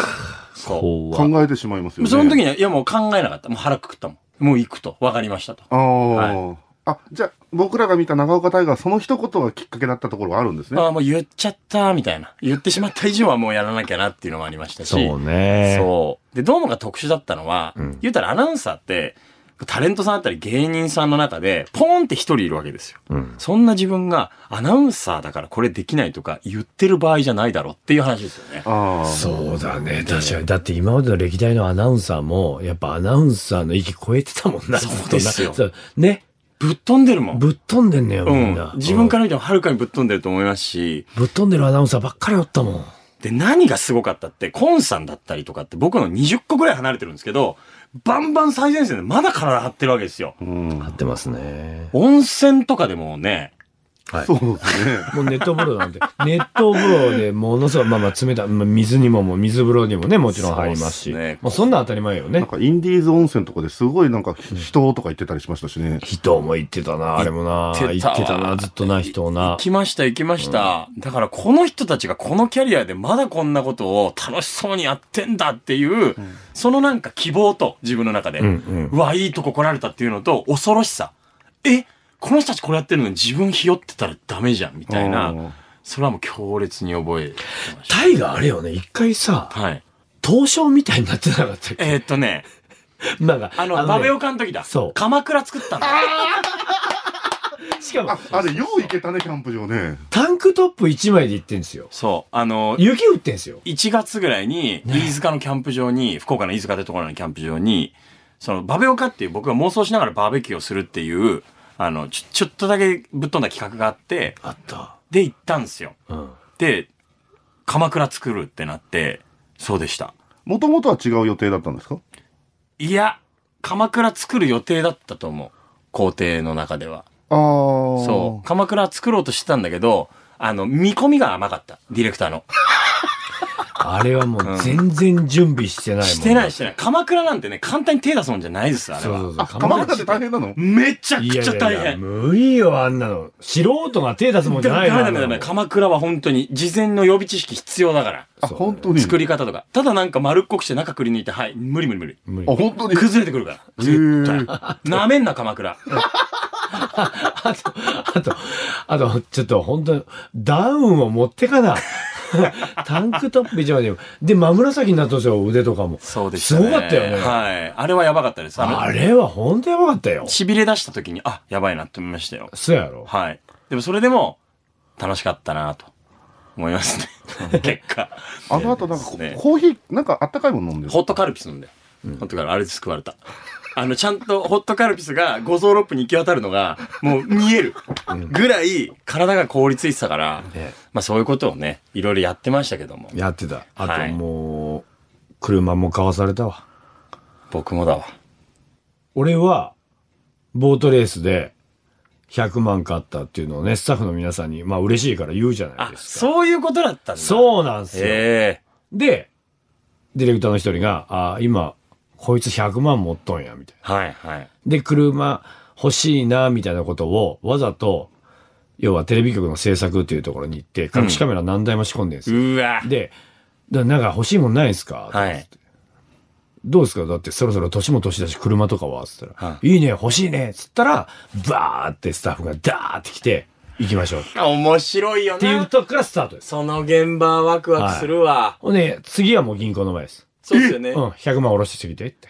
Speaker 2: こうは。
Speaker 3: 考えてしまいますよ
Speaker 1: う。
Speaker 3: ね。
Speaker 1: その時には、いやもう考えなかった。もう腹くくったもん。もう行くと。わかりましたと。
Speaker 3: ああ、
Speaker 1: は
Speaker 3: あ、じゃあ、僕らが見た長岡大河、その一言がきっかけだったところはあるんですね。
Speaker 1: ああ、もう言っちゃった、みたいな。言ってしまった以上はもうやらなきゃなっていうのもありましたし。
Speaker 2: そうね。
Speaker 1: そうで、どうもが特殊だったのは、
Speaker 2: うん
Speaker 1: 言うたらアナウンサーって、タレントさんだったり芸人さんの中で、ポーンって一人いるわけですよ。
Speaker 2: うん。
Speaker 1: そんな自分がアナウンサーだからこれできないとか言ってる場合じゃないだろうっていう話ですよね。
Speaker 3: ああ。
Speaker 2: そうだね。確かに。だって今までの歴代のアナウンサーも、やっぱアナウンサーの域超えてたもんな。
Speaker 1: そうですよ
Speaker 2: そうね。
Speaker 1: ぶっ飛んでるもん。
Speaker 2: ぶっ飛んでんねよ、
Speaker 1: う
Speaker 2: みん
Speaker 1: ん
Speaker 2: な。。。
Speaker 1: 自分からら見てもはるかにぶっ飛んでると思いますし、
Speaker 2: ぶっ飛んでるアナウンサーばっかりおったもん。
Speaker 1: で、何がすごかったって、コンさんだったりとかって僕の20個ぐらい離れてるんですけど、バンバン最前線でまだ体張ってるわけですよ。
Speaker 3: うん
Speaker 2: 合ってますね。
Speaker 1: 温泉とかでもね、
Speaker 2: はい
Speaker 3: そうで すね。
Speaker 2: もうネット風呂なんで。 ネット風呂でものすごい、まあまあ冷たい、まあ、水にももう水風呂にもね、もちろん入りますし。
Speaker 1: そうっすね
Speaker 2: まあそんな当たり前よ
Speaker 3: なん
Speaker 2: ね。
Speaker 3: かインディーズ温泉とかですごいなんか人とか言ってたりしましたしね。
Speaker 2: 人も言ってたな、あれもな。
Speaker 1: 言ってた
Speaker 2: 言
Speaker 1: わ
Speaker 2: ってたな、ずっとな、人をな。
Speaker 1: 来ました行きました。だからこの人たちがこのキャリアでまだこんなことを楽しそうにやってんだっていう、そのなんか希望と自分の中で、
Speaker 2: う
Speaker 1: うん
Speaker 2: うん
Speaker 1: わ、いいとこ来られたっていうのと恐ろしさ。え、この人たちこれやってるのに自分ひよってたらダメじゃんみたい
Speaker 3: うん
Speaker 1: な、それはもう強烈に覚えてました。
Speaker 2: タイがあれよね、一回さ、
Speaker 1: はい。
Speaker 2: 東証みたいになってなかったっけ
Speaker 1: えーっとね、
Speaker 2: なんか、
Speaker 1: あの、
Speaker 2: ね
Speaker 1: バベオカの時だ。
Speaker 2: そう
Speaker 1: 鎌倉作ったの。
Speaker 2: しかも
Speaker 3: あ、、あれ、よう行けたね、キャンプ場ね。
Speaker 2: タンクトップ1枚で行ってんすよ。
Speaker 1: そう。あの、
Speaker 2: 雪降ってんすよ。
Speaker 1: 1月ぐらいに、飯塚のキャンプ場に、福岡の飯塚ってところのキャンプ場に、その、バベオカっていう僕が妄想しながらバーベキューをするっていう、あの、ちょ、ちょっとだけぶっ飛んだ企画があって、
Speaker 2: あった。
Speaker 1: で行ったんですよ。
Speaker 2: うん。
Speaker 1: で、鎌倉作るってなって、そうでした。
Speaker 3: もともとは違う予定だったんですか
Speaker 1: いや、鎌倉作る予定だったと思う。工程の中では。
Speaker 3: ああ。
Speaker 1: そう。鎌倉作ろうとしてたんだけど、あの、見込みが甘かった。ディレクターの。
Speaker 2: あれはもう全然準備してないもん。
Speaker 1: してないしてない。鎌倉なんてね、簡単に手出すもんじゃないです、あれ
Speaker 2: そうそ
Speaker 1: は
Speaker 2: う。そう。
Speaker 3: あ、鎌倉って大変なの
Speaker 1: めちゃく
Speaker 2: いやい
Speaker 1: ちゃ
Speaker 2: や
Speaker 1: 大
Speaker 2: いや
Speaker 1: 変。
Speaker 2: 無理よ、あんなの。素人が手出すもんじ
Speaker 1: で
Speaker 2: ゃ
Speaker 1: も
Speaker 2: な
Speaker 1: ダ
Speaker 2: い
Speaker 1: メ
Speaker 2: よ
Speaker 1: ダメダメ。
Speaker 2: あんなの
Speaker 1: 鎌倉は本当に事前の予備知識必要だから。
Speaker 3: あ、
Speaker 2: そう
Speaker 3: 本当に。
Speaker 1: 作り方とか。ただなんか丸っこくして中くり抜いて、はい、無理無理無理。
Speaker 2: 無理
Speaker 3: あ、本当に。
Speaker 1: 崩れてくるから。絶対。なめんな、鎌倉。
Speaker 2: あと、あと、あと、ちょっと本当にダウンを持ってかな。 タンクトップ以上にも。で、真紫になったんですよ、腕とかも。
Speaker 1: そうでしたね。
Speaker 2: すごかったよね
Speaker 1: はい。あれはやばかったです。あ
Speaker 2: あ
Speaker 1: の、
Speaker 2: れは本当やばかったよ。
Speaker 1: 痺れ出した時に、あ、やばいなって思いましたよ。
Speaker 2: そうやろ。
Speaker 1: はい。でもそれでも、楽しかったなと思います ね。結果。
Speaker 3: あの後なんか
Speaker 1: そうですね
Speaker 3: コーヒー、なんかあったかいもの飲んでる
Speaker 1: ホ。ットカルピス飲んで。ホットカルピス、あれで救われた。あの、ちゃんとホットカルピスが五臓六腑に行き渡るのが、もう見えるぐらい体が凍りついてたから、
Speaker 2: ね
Speaker 1: まあそういうことをね、いろいろやってましたけども。
Speaker 2: やってた。あ
Speaker 1: は
Speaker 2: と
Speaker 1: い
Speaker 2: もう、車も買わされたわ。
Speaker 1: 僕もだわ。
Speaker 2: 俺は、ボートレースで、100万買ったっていうのをね、スタッフの皆さんに、まあ嬉しいから言うじゃない
Speaker 1: あ、
Speaker 2: ですか。
Speaker 1: そういうことだったんだ。う。
Speaker 2: そうなんですよ。
Speaker 1: え
Speaker 2: で、ディレクターの一人が、あー今、こいつ100万持っとんや、みたいな。
Speaker 1: えはいはい。
Speaker 2: で、車欲しいな、みたいなことを、わざと、要はテレビ局の制作っていうところに行って、隠しカメラ何台も仕込んでるんですよ。
Speaker 1: うわ。
Speaker 2: で、だなんか欲しいもんないですか、
Speaker 1: はい。
Speaker 2: どうですかだってそろそろ年も年だし車とかはつったら、、
Speaker 1: はい
Speaker 2: いね、欲しいねつったら、バーってスタッフがダーって来て、行きましょう。っ
Speaker 1: 面白いよ
Speaker 2: ていう
Speaker 1: な。
Speaker 2: とこからスタートです。
Speaker 1: その現場ワクワクするわ。
Speaker 2: ほんで、次はもう銀行の前です。
Speaker 1: そうですよね。
Speaker 2: うん、100万下ろしてきてって。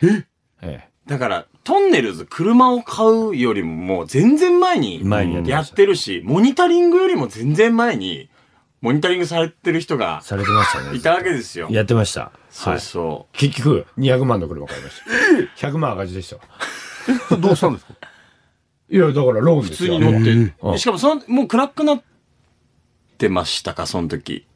Speaker 2: ええ
Speaker 1: だから、トンネルズ車を買うよりももう全然前に
Speaker 2: 前にやってま
Speaker 1: や
Speaker 2: し
Speaker 1: ったてるし、モニタリングよりも全然前に、モニタリングされてる人が
Speaker 2: されてましたね。
Speaker 1: いたわけですよ。
Speaker 2: やってました。
Speaker 1: そ
Speaker 2: は
Speaker 1: う
Speaker 2: い。
Speaker 1: そ
Speaker 2: 結局、200万の車買いました。100万赤字でしたわ。
Speaker 3: それどうしたんですか
Speaker 2: いや、だからローン
Speaker 1: う。
Speaker 2: で
Speaker 1: 普
Speaker 2: す
Speaker 1: 通
Speaker 2: よ。
Speaker 1: に乗
Speaker 2: て。
Speaker 1: って
Speaker 2: うん
Speaker 1: で。しかもその、もう暗くなってましたか、その時。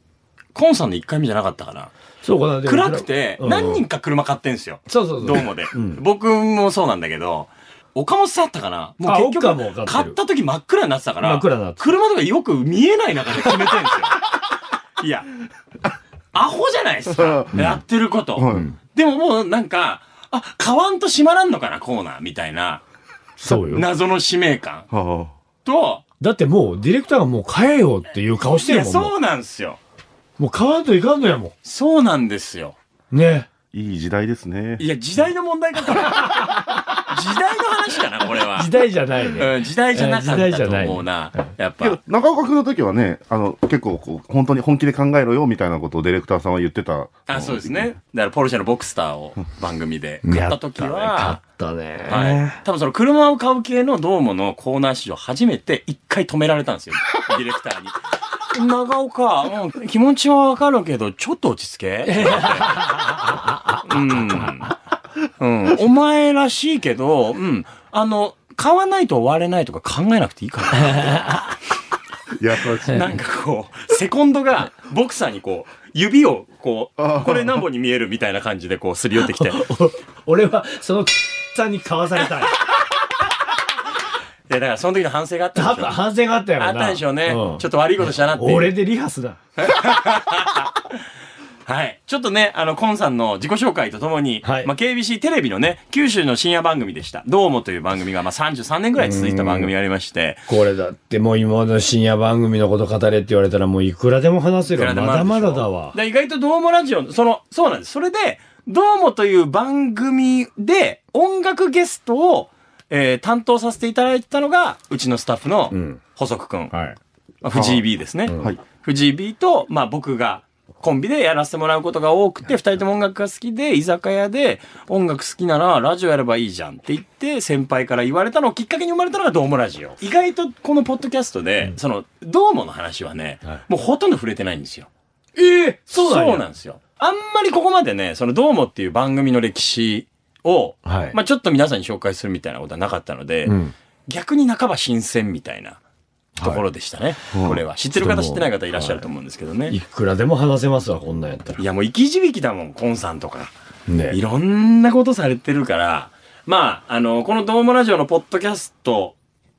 Speaker 1: コンさんの1回目じゃなかったかな。
Speaker 2: そうかな。でも
Speaker 1: 暗くて、
Speaker 2: うん
Speaker 1: 何人か車買ってんすよ。
Speaker 2: そうそうそう。
Speaker 1: どうもで。僕もそうなんだけど、岡本さんあったかなも
Speaker 2: あ
Speaker 1: う結
Speaker 2: 岡も買って
Speaker 1: 局、
Speaker 2: る
Speaker 1: 買った時真っ暗になってたから、
Speaker 2: 真っ暗になってた
Speaker 1: 車とかよく見えない中で決めてん ですよ。いや、アホじゃないですか。やってること。
Speaker 3: はい
Speaker 1: でももうなんか、あ、買わんと閉まらんのかな、コーナーみたいな、
Speaker 2: そうよ。
Speaker 1: 謎の使命感
Speaker 3: は
Speaker 1: と、
Speaker 2: だってもう、ディレクターがもう買えよっていう顔し
Speaker 1: い
Speaker 2: てる
Speaker 1: や、
Speaker 2: もん。もう
Speaker 1: そうなんですよ。
Speaker 2: もう買わんといかんのやも
Speaker 1: そうなんですよ。
Speaker 2: ん。ね。
Speaker 3: あ。いい時代ですね。
Speaker 1: いや、時代の問題か、 これ。時代の話かな、これは。
Speaker 2: 時代じゃないね。
Speaker 1: うん時代じゃなか
Speaker 2: えー時代
Speaker 1: っ
Speaker 2: じ
Speaker 1: た
Speaker 2: ゃ
Speaker 1: と
Speaker 2: ない
Speaker 1: 思うな。やっ
Speaker 3: けど
Speaker 1: ぱ。、
Speaker 3: 中岡君の時はね、あの、結構こう、本当に本気で考えろよ、みたいなことをディレクターさんは言ってた。
Speaker 1: あ、そうですね。だから、ポルシェのボクスターを番組で買った時は、
Speaker 2: 買ったね。
Speaker 1: はい。多分その車を買う系のドームのコーナー史上初めて一回止められたん ですよ。ディレクターに。長岡、うん気持ちはわかるけど、ちょっと落ち着け。 うん。うん。お前らしいけど、うん。あの、買わないと終われないとか考えなくていいから。
Speaker 3: 優し い。
Speaker 1: なんかこう、セコンドが、ボクサーにこう、指をこ
Speaker 3: あー
Speaker 1: う、これ何本に見えるみたいな感じでこう、すり寄ってき て。
Speaker 2: 俺は、その、さんに買わさ れたい。
Speaker 1: で、だからその時の反省があった
Speaker 2: 多
Speaker 1: んで
Speaker 2: 分
Speaker 1: しょ。
Speaker 2: 反省があったやろ
Speaker 1: あ
Speaker 2: な。
Speaker 1: ったでしょうね。
Speaker 2: うん
Speaker 1: ちょっと悪いことしたなっていう。
Speaker 2: 俺でリハスだ。
Speaker 1: はい。ちょっとね、あの、コンさんの自己紹介とともに、
Speaker 2: はい
Speaker 1: まあ、KBC テレビのね、九州の深夜番組でした。どうもという番組が、まあ、33年ぐらい続いた番組がありまして、
Speaker 2: これだってもう今の深夜番組のこと語れって言われたらもういくらでも話せ
Speaker 1: いく
Speaker 2: る
Speaker 1: ら
Speaker 2: ま
Speaker 1: でもあるで
Speaker 2: だ
Speaker 1: しょ
Speaker 2: まだだわ。
Speaker 1: で意外とどうもラジオ、その、そうなんです。それで、どうもという番組で、音楽ゲストを、えー担当させていただいてたのが、うちのスタッフの
Speaker 2: ん、
Speaker 1: 細くくん、
Speaker 2: はい。
Speaker 1: まあ藤井 B ですね。
Speaker 3: はい。
Speaker 1: 藤井 B と、まあ僕が、コンビでやらせてもらうことが多くて、二人とも音楽が好きで、居酒屋で、音楽好きならラジオやればいいじゃんって言って、先輩から言われたのをきっかけに生まれたのがどうもラジオ。意外とこのポッドキャストで、その、どうもの話はね、
Speaker 2: はい
Speaker 1: もうほとんど触れてないんですよ。
Speaker 2: ええそうなんや
Speaker 1: そうなんですよ。あんまりここまでね、そのどうもっていう番組の歴史を、
Speaker 2: はい
Speaker 1: まあちょっと皆さんに紹介するみたいなことはなかったので、
Speaker 2: うん
Speaker 1: 逆に半ば新鮮みたいなところでしたね、
Speaker 3: はい
Speaker 1: これは知ってる方知ってない方いらっしゃると思うんですけどね、
Speaker 2: いくらでも話せますわ、こんなんやったら
Speaker 1: い。やもう生き字引だもんコンさんとかい
Speaker 2: ね。
Speaker 1: ろんなことされてるからまああのこの「ドームラジオ」のポッドキャスト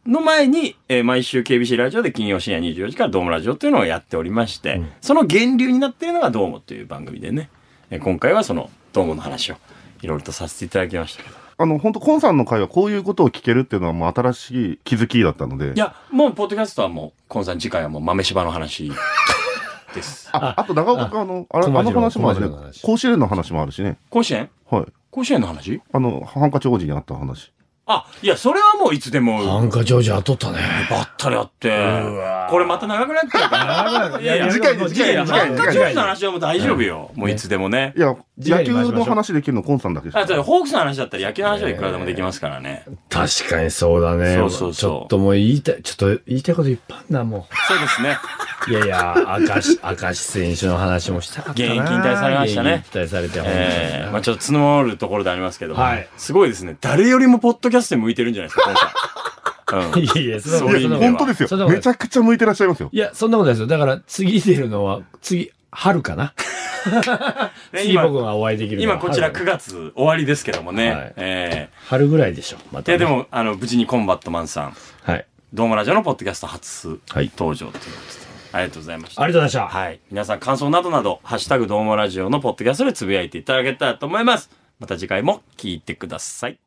Speaker 1: の前に、えー毎週 KBC ラジオで金曜深夜24時から「ドームラジオ」っていうのをやっておりまして、その源流になっているのが「ドーム」っていう番組でね、えー今回はその「ドーム」の話をいろいろとさせていただきましたけど
Speaker 3: あの、本当コンさんの会はこういうことを聞けるっていうのはもう新しい気づきだったので。
Speaker 1: いやもうポッドキャストはもうコンさん次回はもう豆柴の話 です
Speaker 3: あ、あと長岡君あの、あれあ
Speaker 2: 熊次
Speaker 3: の
Speaker 2: 郎
Speaker 3: 話もある
Speaker 2: 熊次郎の
Speaker 3: ね。
Speaker 2: 話
Speaker 3: 甲子園の話もあるしね。
Speaker 1: 甲子園
Speaker 3: はい。
Speaker 1: 甲子園の話
Speaker 3: あの、ハンカチ王子にあった話。
Speaker 1: あ、いや、それはもういつで
Speaker 2: ハ
Speaker 1: も、
Speaker 2: ンカチ王子当たったね。
Speaker 1: ばったりあって
Speaker 2: うわ、
Speaker 1: これまた長くなっちゃうか
Speaker 2: 長
Speaker 1: ら。
Speaker 2: い
Speaker 1: いやいや、
Speaker 3: 次回で次
Speaker 1: いやいや
Speaker 3: 回
Speaker 1: ハン
Speaker 3: で次回で
Speaker 1: カチ
Speaker 3: 次
Speaker 1: 王
Speaker 3: 回
Speaker 1: 子の話はもう大丈夫よ。もういつでもね。
Speaker 3: いや、
Speaker 2: 次回
Speaker 3: 野
Speaker 2: に回しましょう
Speaker 3: 球の話できるのコンさんだけしか
Speaker 1: あ、。そうホークスの話だったら野球の話はいくらでもできますからね。
Speaker 2: 確かにそうだね。
Speaker 1: そうそうそう
Speaker 2: ちょっともう言いたい、ちょっと言いたいこといっぱいあんな、も
Speaker 1: そうですね。
Speaker 2: う。いやいや、明石、 明石選手の話もしたかったな。
Speaker 1: 現役引退されましたね
Speaker 2: 現役引退されて、
Speaker 1: ええ、まあ
Speaker 2: 本
Speaker 1: ちょっと募るところでありますけども
Speaker 2: はい、
Speaker 1: すごいですね。誰よりもポッドキャストに向いてるんじゃないですか、今回。う
Speaker 2: 当
Speaker 1: ん
Speaker 2: に。 いやいや、そんなこ
Speaker 1: そう
Speaker 2: とないいうそ
Speaker 1: 意
Speaker 2: んな
Speaker 1: 味
Speaker 2: ことない
Speaker 1: は
Speaker 3: 本当です
Speaker 2: そんなこと
Speaker 3: よ。
Speaker 2: ない
Speaker 3: めちゃくちゃ向いてらっしゃいますよ。
Speaker 2: いや、そんなことないですよ。だから、次出るのは、次、春かな。
Speaker 1: ね
Speaker 2: 次
Speaker 1: 今
Speaker 2: 僕がお会いできるのは
Speaker 1: 今こちら
Speaker 2: 春
Speaker 1: 9月終わりですけども
Speaker 2: はい
Speaker 1: ね。え
Speaker 2: 春ぐらいでしょ。
Speaker 1: え。
Speaker 2: ま
Speaker 1: い
Speaker 2: たね、
Speaker 1: や、でも、あの、無事にコンバットマンさん、
Speaker 2: はい。
Speaker 1: ドームラジオのポッドキャスト初
Speaker 2: はい
Speaker 1: 登場ということで、ありがとうございました
Speaker 2: あ。りがとうございました。
Speaker 1: はい。皆さん感想などなど、ハッシュタグどうもラジオのポッドキャストでつぶやいていただけたらと思います。また次回も聞いてください。